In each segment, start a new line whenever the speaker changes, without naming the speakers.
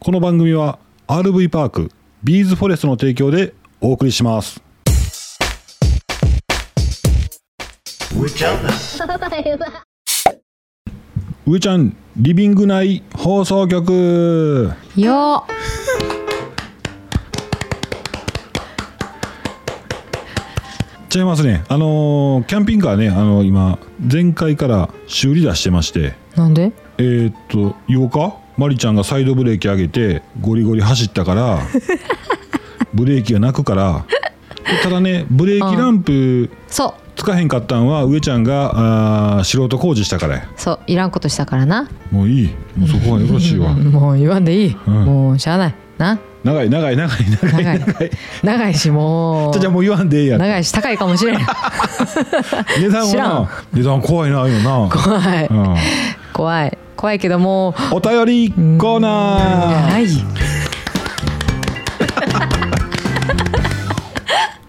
この番組は RV パークビーズフォレストの提供でお送りします上ちゃんリビング内放送局
よ
ちゃいますねあのーキャンピングカーねあの今前回から修理出してまして
なんで
えーっと8日マリちゃんがサイドブレーキ上げてゴリゴリ走ったから ブレーキが鳴くからでただねブレーキランプ
そ
つかへんかったんは上ちゃんがあー素人工事したからや
うそういらんことしたからな
もういいもうそこはよろしいわ
もう言わんでい
ん
い、もうしゃあないな
長い長い長い長い
長
長
い
い
長いしもう
じゃあもう言わんでええやん
長いし高いかもしれん
値段は
知らん
な値段怖いなああいうのな、
怖い
うん、
怖い怖いけども
お便りコーナ
な
ー
い
じ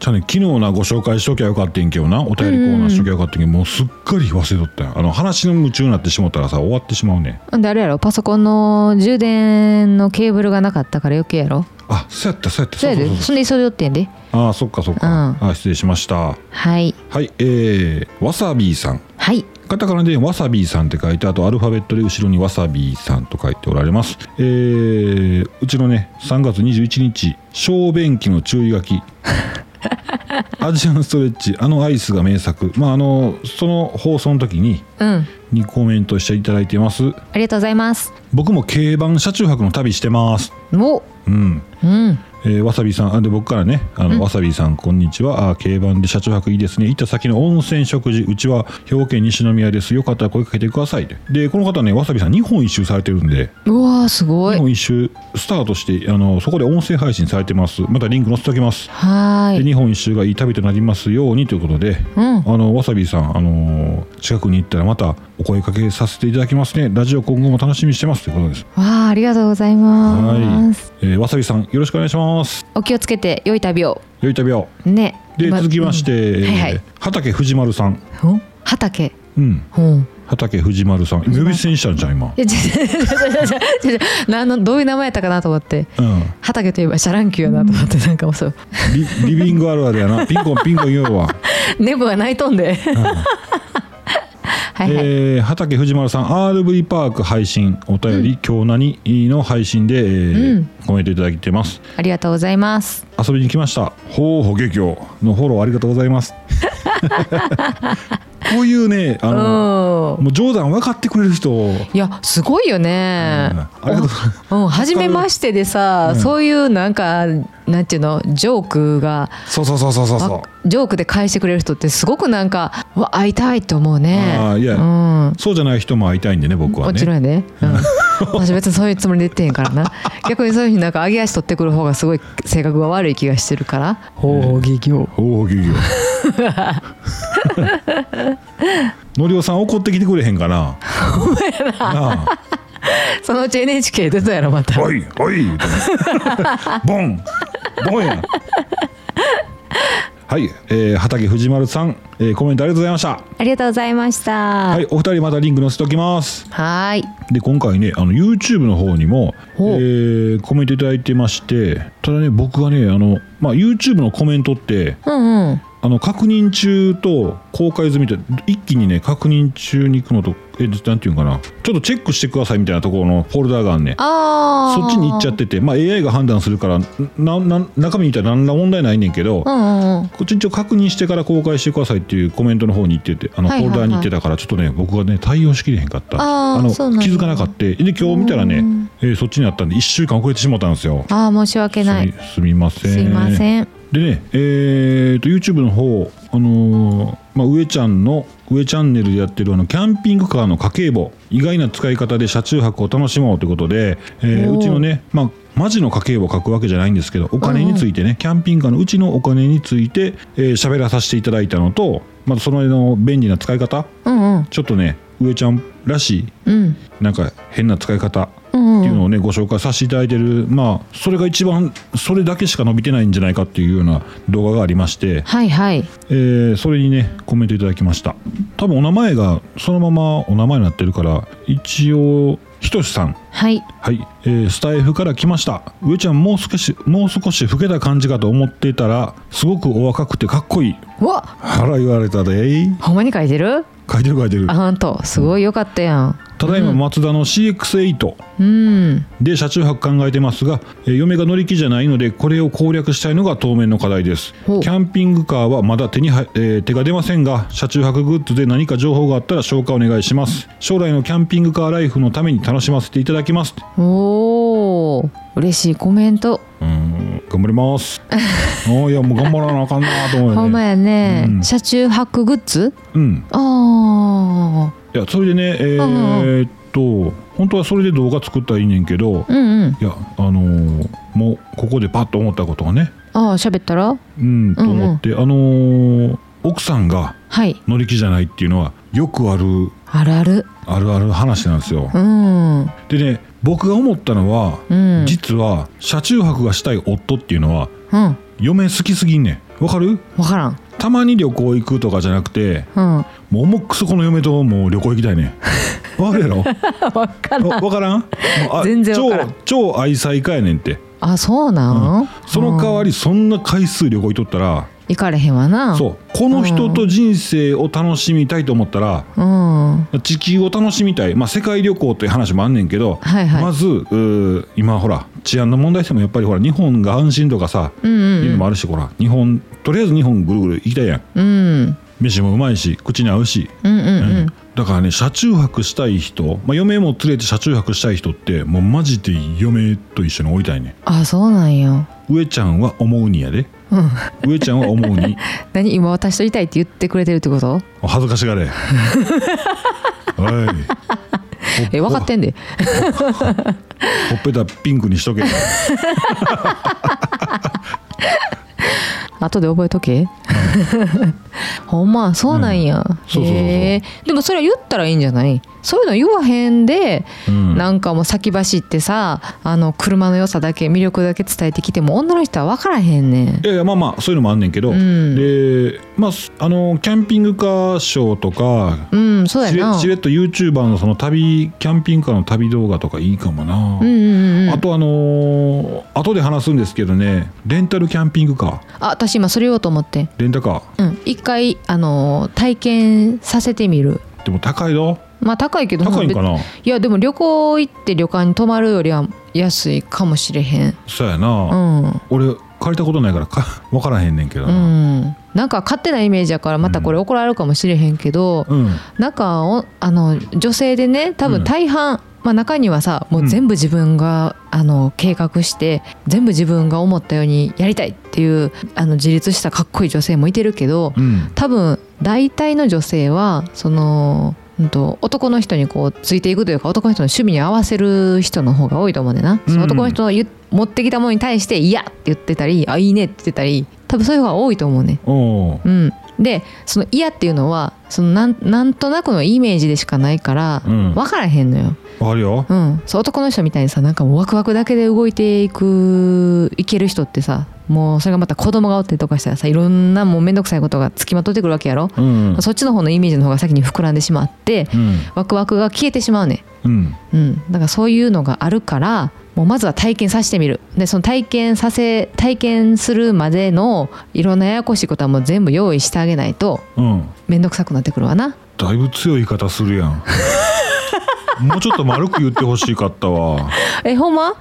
ゃあね昨日なご紹介しときゃよかったんけどなお便りコーナーしときゃよかったんけど、もうすっかり忘れとったんやあの話の夢中になってしもったらさ終わってしまうね
であれやろパソコンの充電のケーブルがなかったから余計やろ
あそうやったそうやった
そうやでそんで急いで寄ってんで
ああそっかそっか、
う
あ失礼しました
はい
はいえー、わさびさん
はい
カタカナでわさびさんって書いてあとアルファベットで後ろにわさびさんと書いておられますえー、うちのね3月21日小便器の注意書 きアジアンストレッチあのアイスが名作まああのその放送の時に
うん
にコメントしていただいています
ありがとうございます
僕も軽バン車中泊の旅してます
お
うん
うん
えーわさびさんあで僕からねあの、わさびさんこんにちはあー軽バンで車中泊いいですね行った先の温泉食事うちは兵庫県西宮ですよかったら声かけてくださいでこの方ねわさびさん2本一周されてるんで
うわーすご
2
い
本一周スタートしてあのそこで音声配信されてますまたリンク載せておきます
は
で
ーい
2本一周がいい旅となりますようにということで、
うん
あのわさびさん、あのー近くに行ったらまたお声かけさせていただきますねラジオ今後も楽しみにしてますということです
わーありがとうございます
はい、えーわさびさんよろしくお願いします
お気をつけて良い旅を
良い旅を
ね
で続きまして、
んはいはい
えー畑藤丸さん、
うん畑
うん、
うん
畑藤丸さん呼び捨てにしたんじゃん今
い、やちょちょちょちょちょちょちょなんのどういう名前やったかなと思って
うん、
畑といえばシャランキューやなと思ってなんかもうそう
リリビングあるあるや なピンコンピンコン言うわ、
ネブが泣いとんで はいはい、
えー畑藤丸さん RV パーク配信お便り、今日何の配信で、えー
うん
コメントいただいてます
ありがとうございます
遊びに来ましたほうほげきょうのフォローありがとうございます こういうねあ
う
の、
ん
もう冗談分かってくれる人
いやすごいよね、
うんありがとうございます
おうん初めましてでさ、
うん
そういうなんかなんていうのジョークが
そうそうそうそうそうそう
わジョークで返してくれる人ってすごくなんかうわ会いたいと思うね
あーいや
うん、
そうじゃない人も会いたいんでね僕はね
もちろんやで、 うん、私別にそういうつもりで言ってへんからな逆にそういうふうになんか揚げ足取ってくる方がすごい性格が悪い気がしてるからほうぎぎょう
おおぎゅ ぎゅのりおさん怒ってきてくれへんかななあ
そのうち NHK 出たやろまた
おいおい言うてボンボンやはい、えー、畑藤丸さん、えーコメントありがとうございました
ありがとうございました
は
はい
お二人またリンク載せておきます
ーい
で今回ねあの YouTube の方にも、え
ほう
ーコメントいただいてましてただね僕はねあの、まあ、YouTube のコメントって
うんうん
あの確認中と公開済みと一気にね確認中に行くのとえなんていうんかなちょっとチェックしてくださいみたいなところのフォルダーがあんねん
ああ
そっちに行っちゃってて、まあ、AI が判断するからなな中身にいたら何ら問題ないねんけど、
うんうんうん
こっち一応確認してから公開してくださいっていうコメントの方に行っててあのフ
はいはい
ォ
は
ルダー
い
に行ってたからちょっとね僕がね対応しきれへんかった
あー
の
そうなんだ
気づかなかったで今日見たらね
うん、
えーそっちにあったんで1週間遅れてしまったんですよ
ああ申し訳な
すみ
い
すみません
すいません
でね、えー、と YouTube の方、あのーまあ、上ちゃんの上チャンネルでやってるあのキャンピングカーの家計簿意外な使い方で車中泊を楽しもうということで、えー
おー
うちのね、まあ、マジの家計簿を書くわけじゃないんですけどお金についてね、キャンピングカーのうちのお金について喋、えー喋らさせていただいたのとまたその辺の便利な使い方
うんうん
ちょっとね上ちゃんらしい
うん
なんか変な使い方
うん
って
う
いうんのをねご紹介させていただいてるまあそれが一番それだけしか伸びてないんじゃないかっていうような動画がありまして、
はいはい
えーそれにねコメントいただきました多分お名前がそのままお名前になってるから一応ひとしさん
はい
はい、えースタイフから来ました上ちゃんもう少しもう少し老けた感じかと思っていたらすごくお若くてかっこいいう
わ
腹言われたで
ほんまに書いてる
書いてる書いてる
あほんとすごいよかったやん
ただいまマツダの CX8
うん
で車中泊考えてますが、えー嫁が乗り気じゃないのでこれを攻略したいのが当面の課題ですキ
ほう
ャンピングカーはまだ手には、えー手が出ませんが車中泊グッズで何か情報があったら紹介お願いします将来のキャンピングカーライフのために楽しませていただきます
おお嬉しいコメント
うーん頑張ります あーいやもう頑張らなあかんなと思
ほ
うんよ
ま
ね
やね、
うん
車中泊グッズ
うん
ああ
いやそれでねえー
うん
えーっと本当はそれで動画作ったらいいねんけど
うんうん
いやあのーもうここでパッと思ったことがね
ああ喋ったら
うん、と思って、あのー奥さんが
はい
乗り気じゃないっていうのはよくある
あるある
あるある話なんですよ
う。ん
でね僕が思ったのは、
うん
実は車中泊がしたい夫っていうのは
うん
嫁好きすぎんねんわかる
分からん
たまに旅行行くとかじゃなくて
うん
もう重くそこの嫁ともう旅行行きたいねん わかるやろ
分か
わわからんもうあ
全然わからん
超超愛妻家やねんって、
あそうなん、
その代わ
り
りそんな回数旅行行っとったら、
行かれへんわな
そうこの人と人生を楽しみたいと思ったら、
ううんは
地球を楽しみたい、まあ、世界旅行という話もあんねんけど、
いはい、
まずうー今ほら治安の問題してもやっぱりほら日本が安心とかさ、
うん
いうの
うん
もあるしほら日本とりあえず日本ぐるぐる行きたいやん
うん
飯もうまいし口に合うし、
うんうんうん
うんだからね車中泊したい人、まあ、嫁も連れて車中泊したい人ってもうマジで嫁と一緒におりたいね
あそうなんや
上ちゃんは思うにやで
うん
上ちゃんは思うに
何今私といたいって言ってくれてるってこと
恥ずかし がれおい
え分かってんで
ほっぺたピンクにしとけ
後で覚えとけ ほんまそうなんや、
そうそうそうそう
へえでもそれは言ったらいいんじゃないそういうの言わへんで、
うん
なんかもう先走ってさあの車の良さだけ魅力だけ伝えてきても女の人は分からへんねん
いやいやまあまあそういうのもあんねんけど、
うん
でまあすあのキャンピングカーショーとか
うんそうや
しれ
な
しれっと YouTuber のその旅キャンピングカーの旅動画とかいいかもな、
うんうんうん
あ
あ
とあのー後で話すんですけどねレンタルキャンピングカー
私今それ言おうと思って
レンタカ
うん一回あのー体験させてみる
ーでも高いぞ
まあ高いけど
高いんか
別
な
にいやでも旅行行って旅館に泊まるよりは安いかもしれへん
そうやな、
うん
俺借りたことないからか分からへんねんけど
う
な、
ん、なんか勝手なイメージやからまたこれ怒られるかもしれへんけど、
うん
なんかおあの女性でね多
うん
分大半、まあ、中にはさもう全部自分が、あの計画して全部自分が思ったようにやりたいっていうあの自立したかっこいい女性もいてるけど
うん
多分大体の女性はその。うんと男の人にこうついていくというか男の人の趣味に合わせる人の方が多いと思うねんな、その男の人の言う持ってきたものに対して「いや!」って言ってたり「あいいね」って言ってたり多分そういう方が多いと思うねん
おう
うん、でその嫌っていうのはそのなんなんとなくのイメージでしかないから、
うん
分からへんのよ、
分かるよ
うん、そう男の人みたいにさなんかもうワクワクだけで動いていくいける人ってさもうそれがまた子供がおってとかしたらさいろんなもう面倒くさいことがつきまとってくるわけやろ、
うん
そっちの方のイメージの方が先に膨らんでしまって、
うん
ワクワクが消えてしまうね
うん
うん、だからそういうのがあるからもうまずは体験させてみるでその体験させ体験するまでのいろんなややこしいことはもう全部用意してあげないと
うん
面倒くさくなってくるわな
だいぶ強い言い方するや んもうちょっと丸く言ってほしかったわ、
えほんま
う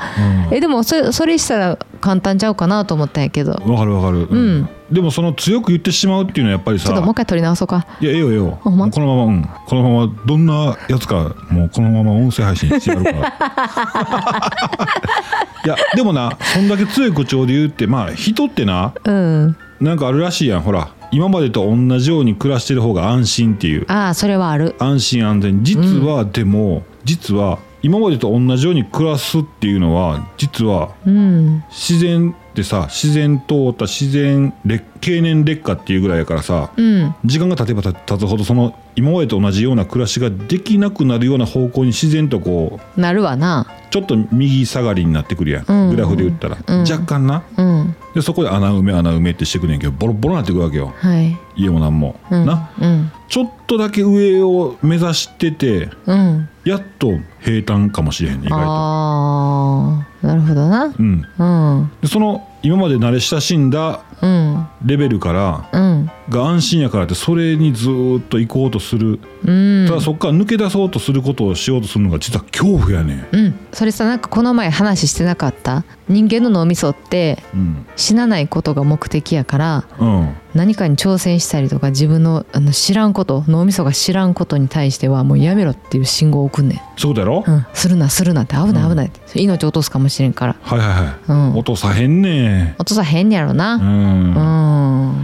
えでもそそれしたら簡単ちゃうかなと思ったんやけど
ん、わかるわかる、
うん
でもその強く言ってしまうっていうのはやっぱり
ちょ
さ
っともう一回取り直そうか
いやええよええよ
ほんま
もうこのまま、うん、このままどんなやつかもうこのまま音声配信してやるから いやでもなそんだけ強い口調で言うってまあ人ってな
うん
なんかあるらしいやんほら今までと同じように暮らしてる方が安心っていう
ああそれはある
安心安全実は、でも実は今までと同じように暮らすっていうのは実は
うん
自然ってさ自然淘汰自然劣経年劣化っていうぐらいやからさ
うん
時間が経てば経つほどその今までと同じような暮らしができなくなるような方向に自然とこ
なるわな
うちょっと右下がりになってくるやん、
うん
グラフで言ったら、
うん
若干な
うん
でそこで穴埋め穴埋めってしてくるんやけどボロボロなってくるわけよ
はい
家もなんも、
うん
な
うん
ちょっとだけ上を目指してて
うん
やっと平坦かもしれへんね意外と。
ああなるほどな
うん、
うん
でその今まで慣れ親しんだ
うん
レベルから
うん
が安心やからってそれにずーっと行こうとする、
うん
ただそこから抜け出そうとすることをしようとするのが実は恐怖やねん、
うんそれさなんかこの前話してなかった人間の脳みそって
うん
死なないことが目的やから
うん、
何かに挑戦したりとか自分のあの知らんこと脳みそが知らんことに対してはもうやめろっていう信号を送んねん
そうだろ、
うん、するなするなって危ない危ないって、命落とすかもしれんから、
はいはいはい
うん、
落とさへんね
落とさへんやろ
う、
な、うん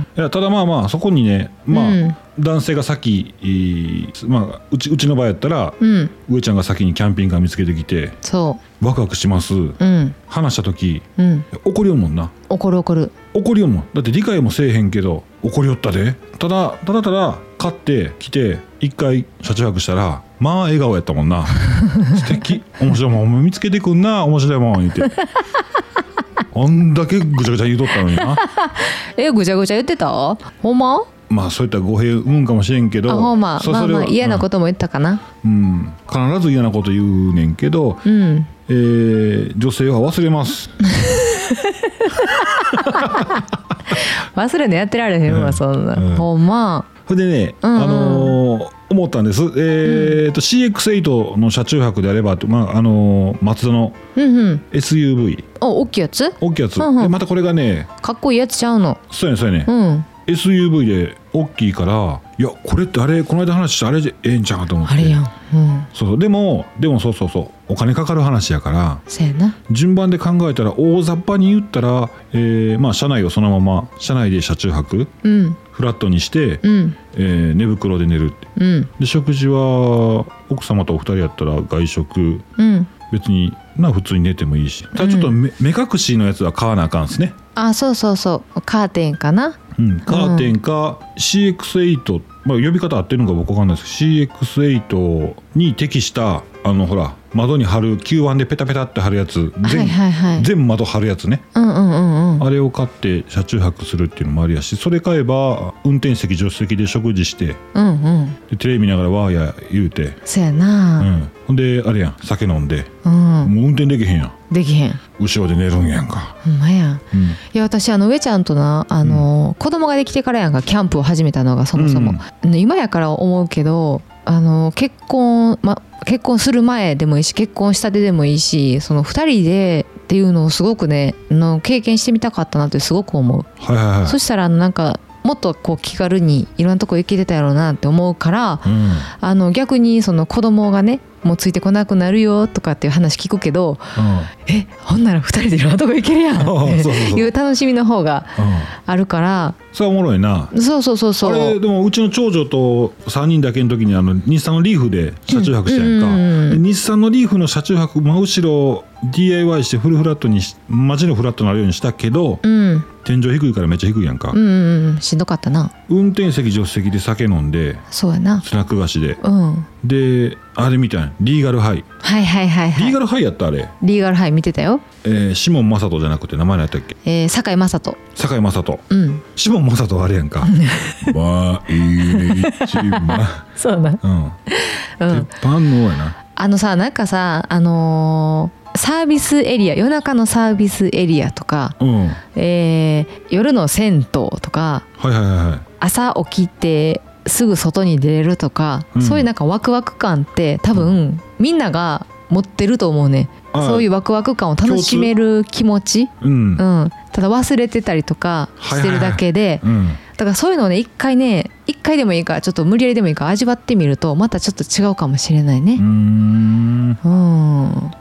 ん
いやただまあまあそこにねまあ、
うん
男性が先、えーまあ、うちうちの場合やったら
うん、
上ちゃんが先にキャンピングカー見つけてきて
そ
ワクワクします
ううん
話した時
うん
怒りよんもんな
怒る怒る
怒りよんもんだって理解もせえへんけど怒りよったでただただただ買ってきて一回車中泊したらまあ笑顔やったもんな 素敵面白いもんお前見つけてくんな面白いもん言 ってあんだけぐちゃぐちゃ言うとったのにな
えぐちゃぐちゃ言ってたほんま
まあそういった語弊うんかもしれんけど
あほんま
そ
まあ
それ
ま
は
あ嫌なことも言ったかな
うん、うん必ず嫌なこと言うねんけど、
うん
えー女性は忘れます
忘れんのやってられへんわ、
うん
そんな、
うん
ほんま
それでね、
うんうん
あのー思ったんです、えーと CX8 の車中泊であれば、まああのーマツダの
うんうん
SUV
お大きいやつ
大きいやつ、
うんうん
でまたこれがね
かっこいいやつちゃうの
そうやねそうやね、
うん
SUV で大きいからいやこれってあれこの間話したあれでええんちゃうかと思って
あれやんうん
そうそうでもでもそうそうそうお金かかる話やから
せやな
順番で考えたら大雑把に言ったら、えーまあ、車内をそのまま車内で車中泊
うん
フラットにして、
うん
えー寝袋で寝るって
うん
で食事は奥様とお二人やったら外食
うん
別にな普通に寝てもいいしただちょっとめ目隠しのやつは買わなあかんですね、
あそうそうそうカーテンかな
うん、カーテンか CX8、まあ、呼び方合ってるのか僕わかんないですけど CX8 に適したあのほら窓に貼る吸腕でペタペタって貼るやつ全,、
はいはいはい
全窓貼るやつね
うんうんうんうん
あれを買って車中泊するっていうのもありやしそれ買えば運転席助手席で食事して
うんうん
でテレビ見ながらわーや言うて、
そや
う、
なん
ほんであれやん酒飲んで
うん、
もう運転できへんやん
できへん
後ろで寝るんやんか、
ほんま
う
やん
ん
いや私あの上ちゃんとなあの、子供ができてからやんかキャンプを始めたのがそもそも、
うん
あの今やから思うけどあの結婚、ま、結婚する前でもいいし結婚したてでもいいしその2人でっていうのをすごくねあの経験してみたかったなってすごく思う
はいはいはい
そしたらあのなんかもっとこう気軽にいろんなとこ行けてたやろうなって思うから
うん
あの逆にその子供がねもうついてこなくなるよとかっていう話聞くけどえほんなら二人でいろんなとこ行ける やん
そうそうそう
っていう楽しみの方が
うん、うん、
あるから
それはおもろいな
そうそうそうそ
あれ
う
でもうちの長女と3人だけの時にあの日産のリーフで車中泊したやんか、
うんうんうん
で日産のリーフの車中泊真後ろ DIY してフルフラットにしマジのフラットになるようにしたけど、
うんうん
天井低いからめっちゃ低いやんか、
うんうんしんどかったな
運転席助手席で酒飲んで
そうやな
スナック菓子で
うんは
であれみたいなリーガルハイ
いはいはいは
リー
い
ガルハイやったあれ、
リーガルハイ見てたよ、
えー、シモン正人じゃなくて名前何やったっけ
えー、堺雅人
堺雅人
うん
シモン正人はあれやんか毎日ま
そうな
うん
うん
鉄板の王やな
あのさなんかさあのーサービスエリア夜中のサービスエリアとか、
うんはい
えー夜の銭湯とか
はいはいはい
朝起きてすぐ外に出れるとか、
うん
そういうなんかワクワク感って多分みんなが持ってると思うね
ああ
そういうワクワク感を楽しめる気持ち、
うん
う
うん
ん、ただ忘れてたりとかしてるだけで、
うん
だからそういうのをね一回ね一回でもいいからちょっと無理やりでもいいから味わってみるとまたちょっと違うかもしれないう
ー
ね。
ん
うん、
い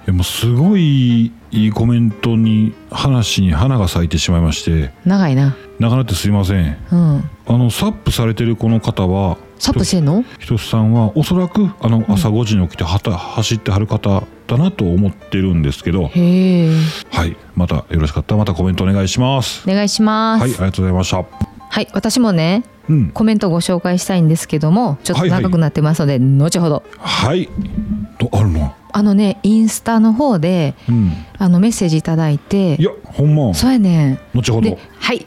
やもうすごいいいコメントに話に花が咲いてしまいまして
長いな、
なかなかすいません
うん、
あのサップされてるこの方は
サップしてんの
ひとしさんはおそらくあの朝5時に起きてはた走ってはる方だなと思ってるんですけど
へえ
はいまたよろしかったらまたコメントお願いします
お願いします。
はいありがとうございました
はい、私もね
うん
コメントをご紹介したいんですけどもちょっと
はいはい
長くなってますので、後ほど
はいとあるな
あのねインスタの方で
うん
あのメッセージいただいて
いやほんま
そうやねん
後ほど
ではい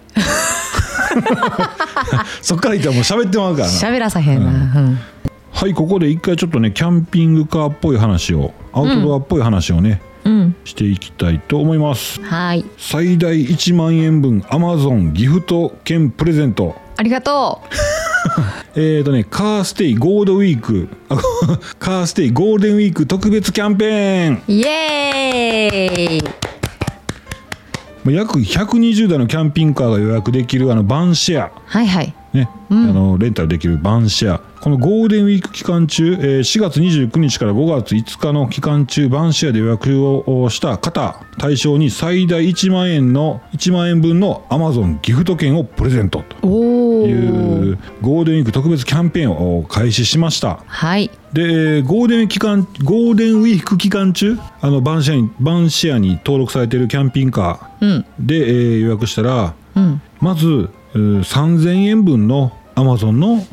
そっから言ったらもう喋ってまうからな
喋らさへんな、うん
はいここで一回ちょっとねキャンピングカーっぽい話をアウトドアっぽい話をね、
うん、
していきたいと思います
はい
最大1万円分 Amazon ギフト券プレゼント
ありがと
えーとね、カーステイゴールドウィーク、あ カーステイゴールデンウィーク特別キャンペーン、
うイエーイ
まあ約120台のキャンピングカーが予約できるあのバンシェア、
はいはい
ねあのレンタルできるバンシェア、このゴールデンウィーク期間中、えー4月29日から5月5日の期間中、バンシェアで予約をした方対象に最大1万円の1万円分の Amazon ギフト券をプレゼントと。
お
い
お
うゴールデンウィーク特別キャンペーンを開始しました。
はい
でゴールデン期間ゴールデンウィーク期間中あのバンシェアにバンシェアに登録されているキャンピングカ
うん
ーで、えー予約したら
うん
まず、えー3000円分のアマゾンの、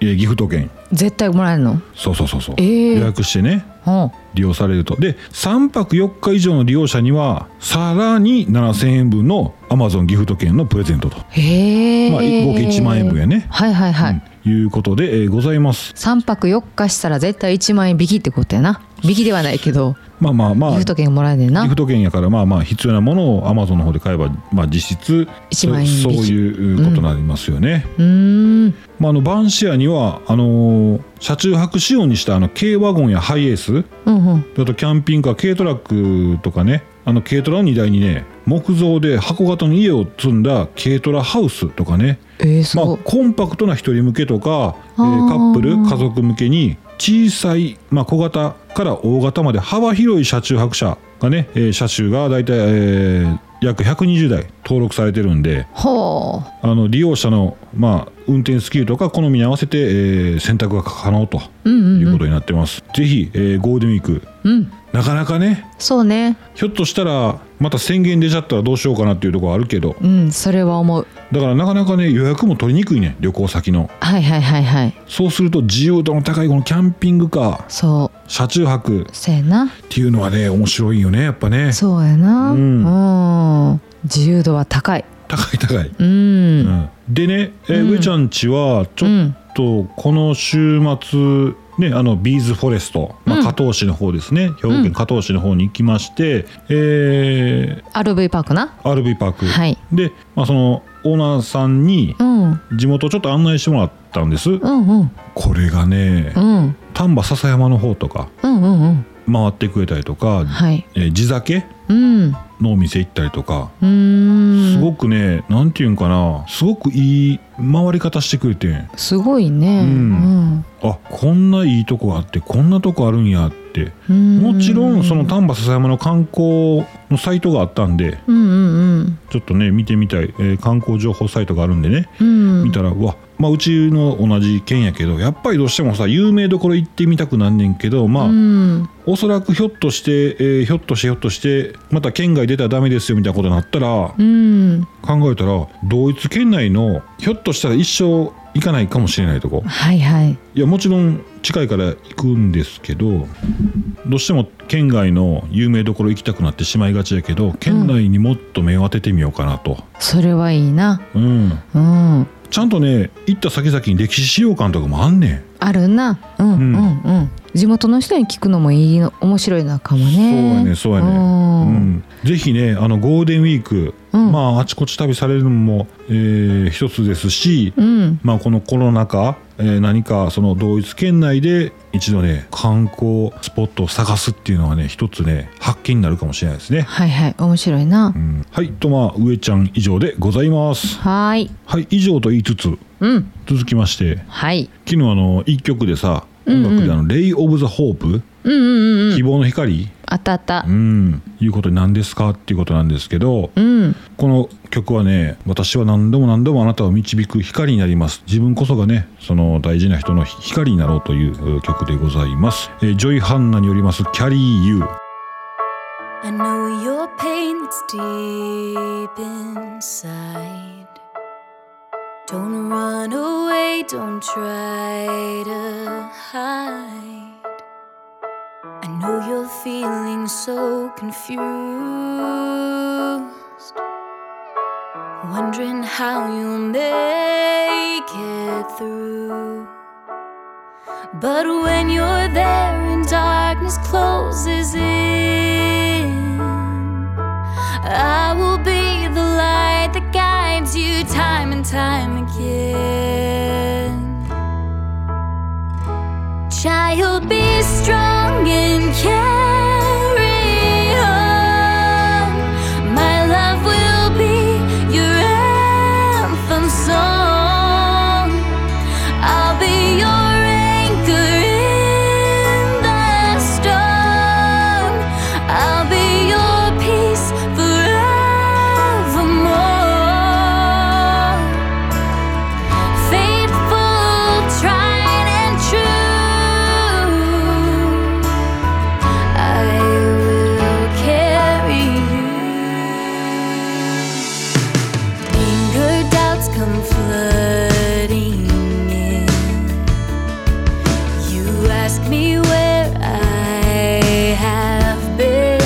えーギフト券
絶対もらえるの
そうそうそうそう、
えー
予約してね
うん
利用されるとで3泊4日以上の利用者にはさらに7000円分のアマゾンギフト券のプレゼントと、
へえ、
まあ、合計1万円分やね、
はいはいはい、
うんいうことで、えーございます
3泊4日したら絶対1万円引きってことやな引きではないけど
まあまあまあ
ギフト券もらえねん
ギ
な
フト券やからまあまあ必要なものをアマゾンの方で買えば、まあ、実質
一万円引き
そうそういうことになりますよね、
うーん
まあ、あのバンシェアにはあのー車中泊仕様にしたあの軽ワゴンやハイエース
うんうん
あとキャンピングカー軽トラックとかねあの軽トラの荷台にね木造で箱型の家を積んだ軽トラハウスとかね、
えー、す
まあ
ごい、、
コンパクトな一人向けとか、えー
あー
カップル家族向けに小さい、まあ、小型から大型まで幅広い車中泊者がね、えー車種が大体、えー約120台登録されてるんで
ほう
あの利用者の、まあ、運転スキルとか好みに合わせて、えー選択が可能と
うん
いううんことになってます、ぜひ、えーゴールデンウィーク
うん
なかなかね
そうね
ひょっとしたらまた宣言出ちゃったらどうしようかなっていうところあるけど
うんそれは思う
だからなかなかね予約も取りにくいね旅行先の
はいはいはいはい
そうすると自由度の高いこのキャンピングカー
そ
車中泊
うせやな
っていうのはね面白いよねやっぱね
そうやな
う
うん、自由度は高い
高い高い、
う
うん
ん
でね、えー
うん
上ちゃんちはちょっとこの週末ね、あのビーズフォレスト、まあ、
うん
加東市の方ですね、兵庫
うん
県加東市の方に行きまして、えー
RV パークな
RV パーク、
はい
で、まあ、そのオーナーさんに
うんうん
地元をちょっと案内してもらったんです、
うん
これがね
うん
丹波篠山の方とか
うんうんうん
回ってくれたりとか、
はい
えー地酒
うんう
のお店行ったりとか、
ーん
すごくねなんていうんかなすごくいい回り方してくれてん
すごいね、
う
うんん
あこんないいとこあってこんなとこあるんやって
うん
もちろんその丹波篠山の観光のサイトがあったんで
うんうん
ちょっとね見てみたい、えー観光情報サイトがあるんでね
うん
見たらうわまあうちの同じ県やけどやっぱりどうしてもさ有名どころ行ってみたくなんねんけどまあ、
うん
おそらくひょっとして、えーひょっとしてひょっとしてまた県外出たらダメですよみたいなことになったら
うん
考えたら同一県内のひょっとしたら一生行かないかもしれないとこ
はいはい
いやもちろん近いから行くんですけどどうしても県外の有名どころ行きたくなってしまいがちやけど県内にもっと目を当ててみようかなと、
それはいいな
うん
うん
ちゃんとね行った先々に歴史資料館とかもあんねん
あるなうんうんうん地元の人に聞くのもいいの面白いなかもね
そうやねそうやねうん、ぜひねあのゴールデンウィーク、
うん
まあ、あちこち旅されるのも、えー一つですし、
うんうん
まあ、このコロナ禍、えー何かその同一県内で一度ね観光スポットを探すっていうのはね一つね発見になるかもしれないですね。
はいはい面白いな
うんはいとまあ上ちゃん以上でございます。
はーい
はい以上と言いつつ
うん
続きまして
はい
昨日あの一曲でさ
うんう
音
ん
楽であの「レイ・オブ・ザ・ホープ」
うんうんうんうん
希望の光、
あったあった
うん、いうことに何ですかっていうことなんですけど、
うん
この曲はね私は何度も何度もあなたを導く光になります自分こそがねその大事な人の光になろうというう曲でございます、えージョイ・ハンナによります「キャリー・ユー
I know your pain that's deep inside. Don't run away, don't try to hide. I know you're feeling so confused. Wondering how you'll make it through. But when you're there and darkness closes in, I will be the light that guides you time and time again. Child, be strong and carry on. My love will be your anthem song. I'll be your anchor in the storm. I'll be your peace forevermore. Faithful, tried and true. I will carry you. Anger, doubts come flooding in. You ask me where I have been.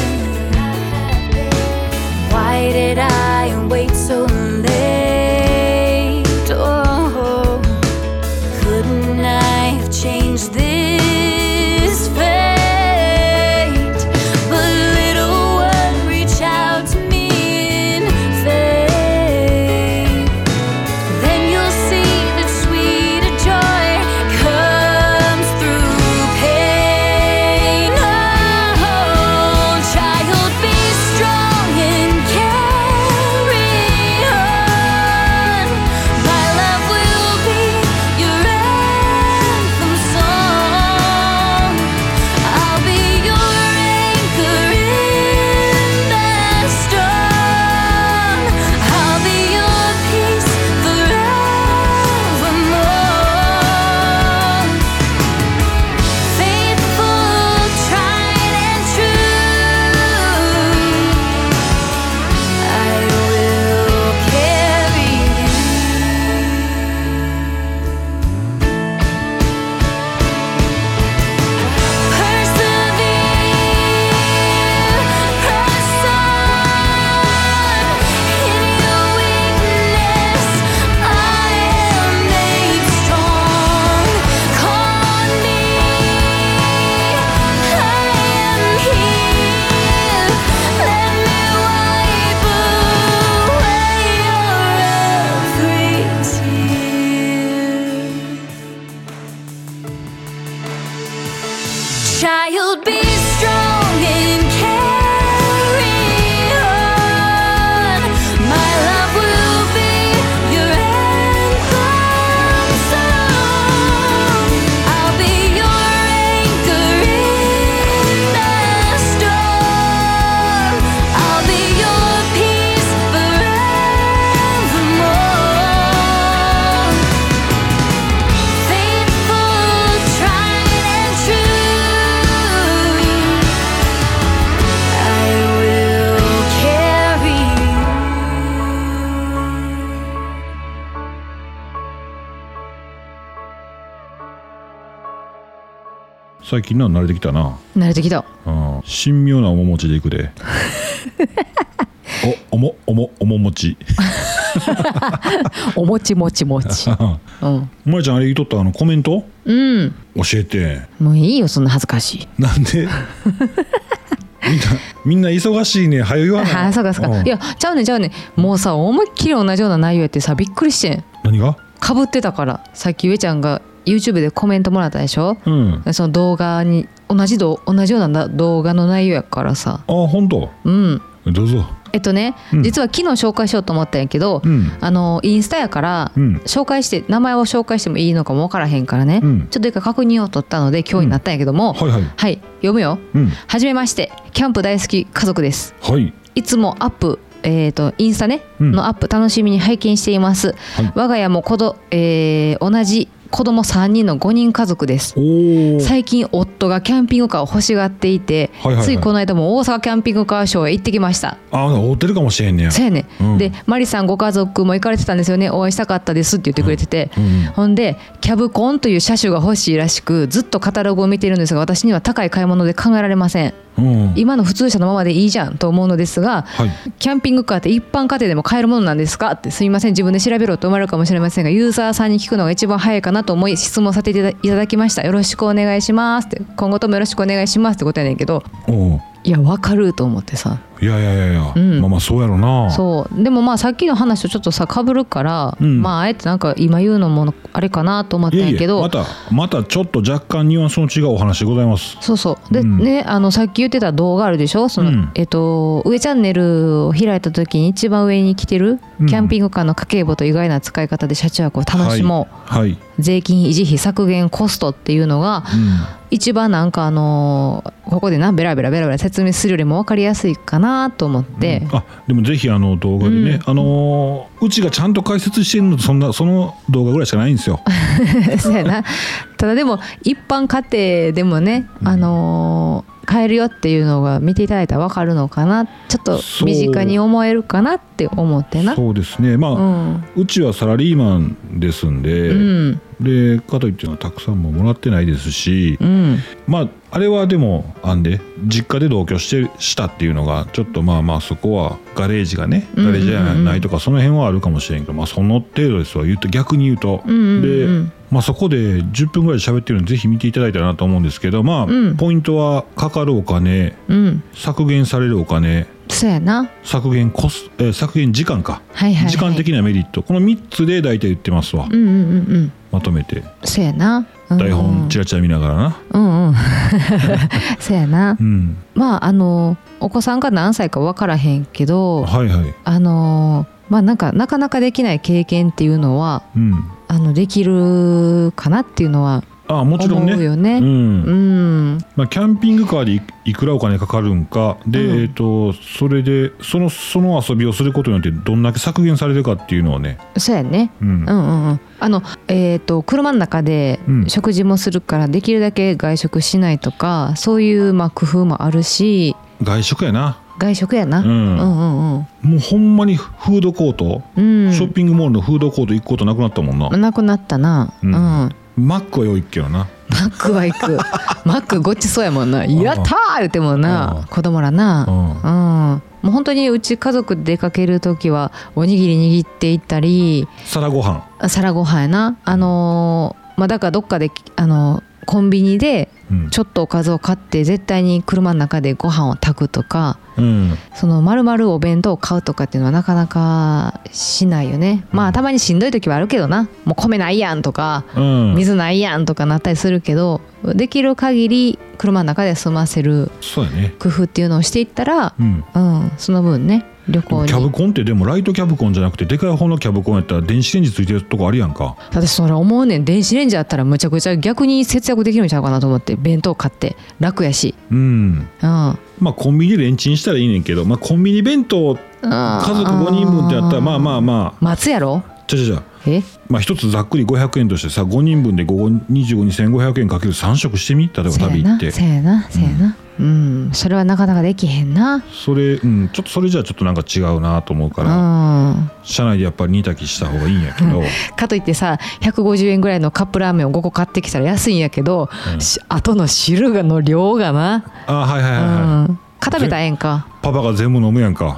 Why did I wait so late? Oh, couldn't I have changed this fate? But little one, reach out to me in faith. Then you'll see that sweeter joy comes through pain. Oh, child, be strong and carry on. My love will be your anthem song. I'll be your anchor in the storm. I'll be your peace forevermore. Faithful, tried and true. I will carry Persevere, press on. In your weakness, I am made strong. Call on me. I am here. Let me wipe away your every tear. Child, be strong and carry on. My love will be your anthem song. I'll be your anchor in the storm. I'll be your peace forevermore. Faithful, tried and true. I will carry you.
最近のは慣れてきたな
慣れてきた
うん神妙な面持ちでいく でおおもおもおも持ち
おもちもちもちうん、
まりちゃんあれ言いとったあのコメント
うん、
教えて
もういいよそんな恥ずかしい
なん でみんなみんな忙しいね早よ言わない
あそうかそうか、
ん
いやちゃうねんちゃうねんもうさ思いっきり同じような内容やってさびっくりしてん
何が
かぶってたからさっき上ちゃんが YouTube でコメントもらったでしょ、
うんあ
その動画に同じど同じような動画の内容やからさ
本当
うん
どうぞ
えっとね、
うん
実は昨日紹介しようと思ったんやけど、
うん
あのインスタやから、
うん
紹介して名前を紹介してもいいのかも分からへんからね、
うん
ちょっと一回確認を取ったので今日になったんやけども、
はいはい
はい読むよ
うん
はじめましてキャンプ大好き家族です
はい
いつもアップえー、とインスタね、
うん
のアップ楽しみに拝見しています、
い
我が家もこど、えー同じ子供3人の5人家族です
おお
最近夫がキャンピングカーを欲しがっていて、
はいはいはい
ついこの間も大阪キャンピングカーショーへ行ってきました
ああ追ってるかもしれんねや
そうやね、
うん
でマリさんご家族も行かれてたんですよねお会いしたかったですって言ってくれてて、
うん
ほんでキャブコンという車種が欲しいらしくずっとカタログを見ているんですが私には高い買い物で考えられません
うん
今の普通車のままでいいじゃんと思うのですが
はい
キャンピングカーって一般家庭でも買えるものなんですかってすいません自分で調べろと思われるかもしれませんがユーザーさんに聞くのが一番早いかなと思い質問させていただいただきましたよろしくお願いしますって今後ともよろしくお願いしますってことやねんけど
おう
いやわかると思ってさ
いやいやいやいや、
うん
まあまあそうやろな
そうでもまあさっきの話とちょっとさかぶるから、
うん
まああえてなんか今言うのもあれかなと思った
い
ん
えい
や
え
けど
またまたちょっと若干ニュアンスの違うお話でございます
そうそうで、
うん
ねあのさっき言ってた動画あるでしょその、
うん
えっと上チャンネルを開いた時に一番上に来てる、
うん
キャンピングカーの家計簿と意外な使い方で車中泊を楽しもう、
はい、はい
税金維持費削減コストっていうのが一番なんかあのーここでなベラベラベラベラ説明するよりも分かりやすいかなと思って、
うんあでもぜひあの動画でね、あのーうちがちゃんと解説してるのとそんなその動画ぐらいしかないんですよ
そうやなただでも一般家庭でもね、
うん
あのー買えるよっていうのが見ていただいたら分かるのかなちょっと身近に思えるかなって思ってな
そうですねまあ、
う
うんちはサラリーマンですんで、
うん
でかといってのはたくさんももらってないですし、
うん
まああれはでもあんで実家で同居してしたっていうのがちょっとまあまあそこはガレージがね
うん
ガ
うんう
レ
ん
ージじゃないとかその辺はあるかもしれんけど、まあ、その程度ですわ言うと逆に言うと、
うんうんうん
で、まあ、そこで10分ぐらい喋ってるのぜひ見ていただいたらなと思うんですけどまあ、
うん
ポイントはかかるお金
うん
削減されるお金
そうやな
削減コス、えー削減時間か、
はいはい、はい、
時間的なメリットこの3つで大体言ってますわ、
うんうんうんうん
まとめて
そうやな、うん
台本ちらちら見ながらな
うんうんそうやな
うん、
まああのお子さんが何歳か分からへんけど
はいはい
あのまあなんかなかなかできない経験っていうのは
うん
あのできるかなっていうのは
ああもちろんね
思うよね
うん
うん
まあ、キャンピングカーでいいくらお金かかるんかで、
うん
えっとそれでそのその遊びをすることによってどんだけ削減されるかっていうのはね、
そうやね
うん
うんうんうんあのえっ、と車の中で
うん
食事もするからできるだけ外食しないとかそういうまあ工夫もあるし
外食やな、
外食やな、
う
うん、
ん
うんうん
もうほんまにフードコート、
うん
ショッピングモールのフードコート行くことなくなったもんな、
なくなったな
う
うんん、
マックはよいけどな
マックは行 くマックごっちそうやもんな「やったー!」言ってもん
うん
な子供らな
うん
うんもう本当にうち家族出かける時はおにぎり握っていったり
皿ご飯
皿ご飯やなあのーまあだからどっかであのーコンビニで
うん
ちょっとおかずを買って絶対に車の中でご飯を炊くとか
うん
その丸々お弁当を買うとかっていうのはなかなかしないよねまあたまにしんどい時はあるけどなもう米ないやんとか
うん
水ないやんとかなったりするけどできる限り車の中で済ませる
そうやね
工夫っていうのをしていったら
うん
うんその分ね
で
旅行
もキャブ
に
コンってでもライトキャブコンじゃなくてでかい方のキャブコンやったら電子レンジついてるとこあるやんか
私それ思うねん電子レンジあったらむちゃくちゃ逆に節約できるんちゃうかなと思って弁当買って楽やし
うん
うん
まあコンビニでレンチンしたらいいねんけど、まあ、コンビニ弁当
家
家族5人分ってやったらまあまあま
待つやろ
あちゃちゃちゃ
え
まあ一つざっくり500円としてさ5人分で252500円かける3食してみ例えば
せや
旅行っ
な
て
せやなせやなうんそれはなかなかできへんな
それうんちょっとそれじゃちょっとなんか違うなと思う
う
から
ん
社内でやっぱり煮炊きした方がいいんやけど
かといってさ150円ぐらいのカップラーメンを5個買ってきたら安いんやけど、
うん
し後の汁がの量がな、
あはいはいは
う
いはい、
ん、固めたらええんか
パパが全部飲むやんか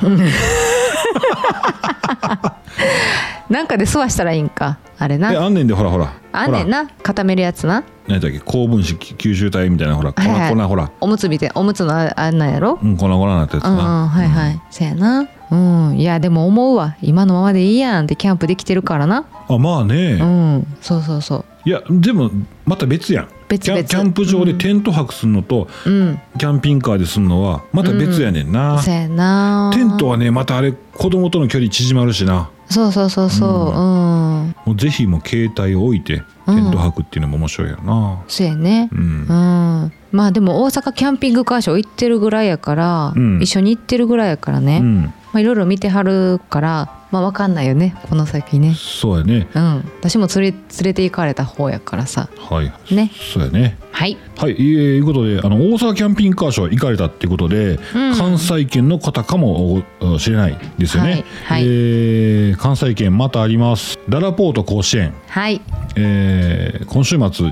なんかで吸わしたらいいんかあれ
え
な
あんねんでほらほら
あんねんな固めるやつな
何だっけ高分子吸収体みたいなほら粉
はいはい
粉ほら
おむつみたいおむつのああんなんやろ
うん粉粉なったやつ
うんうん
な
はいはいせやなうんいやでも思うわ今のままでいいやんってキャンプできてるからな
あまあね
うんそうそうそう
いやでもまた別やん
別
キャ
々
ンキャンプ場でテント泊するのと
うん
キャンピングカーですんのはまた別やねんな、
そうやな
テントはねまたあれ子供との距離縮まるしな
そうそうそうそううん、
もうぜひもう携帯を置いてテント泊っていうのも面白いよな
そうやね
うん、
うん、ままあでも大阪キャンピングカーショー行ってるぐらいやから、
うん
一緒に行ってるぐらいやからね、
うん
まあ、いろいろ見てはるからまあ分かんないよねこの先ね
そうやね
うん私も連れ連れて行かれた方やからさ
はい
ね
そうやね
はい
はい、えーいうことであの大阪キャンピングカーショー行かれたっていうことで、
ん
関西圏の方かもおしれないですよね、
はいはい
えー関西圏またありますららぽート甲子園、
はい
えー今週末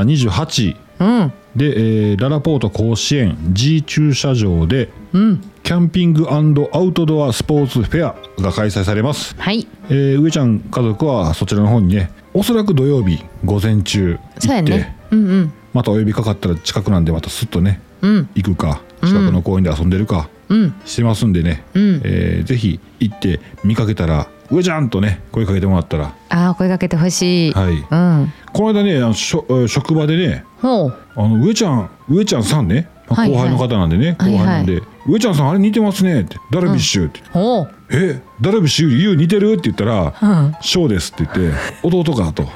2728
うん
で、えーららぽート甲子園 G 駐車場で
うん
キャンピングアウトドアスポーツフェアが開催されます、
はい
えー上ちゃん家族はそちらの方にねおそらく土曜日午前中
そ
行
うや
って、
ねうんうん
またお呼びかかったら近くなんでまたすっとね
うん
行くか近くの公園で遊んでるか
うん
してますんでね、
うん
えーぜひ行って見かけたら「上ちゃん!」とね声かけてもらったら、
ああ声かけてほしい、
はい、
うん
この間ねあのしょえー職場でね
ほう
あの上ちゃん上ちゃんさんね、まあ
はい
後輩の方なんでね、
はい
後輩なんで、上ちゃんさんあれ似てますね」って「ダルビッシュ」って
ほう
「えダルビッシュ優似てる?」って言ったら
うん
「ショーです」って言って「弟か」 と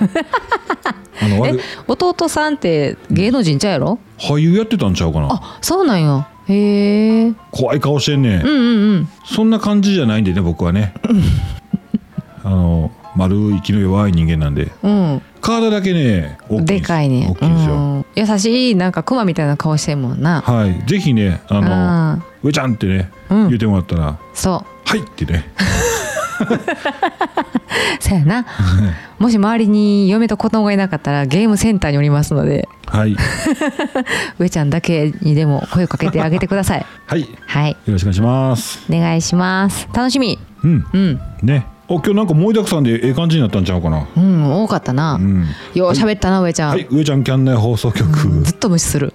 あの悪い
弟さんって芸能人ちゃうやろ
俳優やってたんちゃうかな
あそうなんやへえ
怖い顔してんね、
うんうんうん
そんな感じじゃないんでね僕はね あの丸い気の弱い人間なんで
うん
体だけね大きいんす
でかいね
大きいんですよ、
うん、優しいなんかクマみたいな顔してんもんな
はいぜひねあの
あ
「上ちゃん」ってね、
うん
言ってもらったら
ーそう
「はい」ってね
そ やなもし周りに嫁と子供がいなかったらゲームセンターにおりますので
はい
上ちゃんだけにでも声をかけてあげてく ださい
はいよ
はい
ろしくお願いします
お願いします楽しみ
うん
うん
ねお今日なんか盛りだくさんでええ感じになったんちゃうかな
うん多かったな、
うん
よう喋ったな上ちゃん、
はい上ちゃんキャン内放送局、
ずっと無視する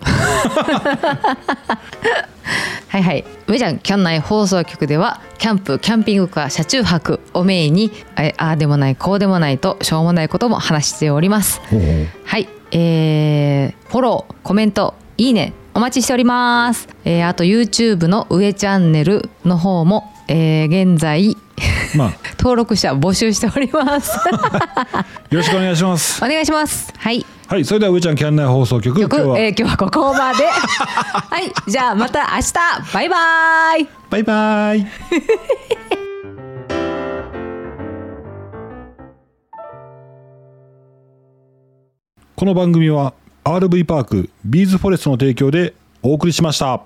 はいはい上ちゃんキャン内放送局ではキャンプキャンピングカー車中泊をメインにえああでもないこうでもないとしょうもないことも話しております
ほうほう
はい、えー、フォロー、コメント、いいね、お待ちしております。えー、あと YouTube の上チャンネルの方も、えー、現在
まあよ
登録者募集しております。
ろしくお願いします
お願いします。はい、
はいそれでは上ちゃんキャン内放送局
曲
今日は、
えー、今日はここまで。はい、じゃあまた明日、バイバイ。
バイバイこの番組は RV パークビーズフォレストの提供でお送りしました。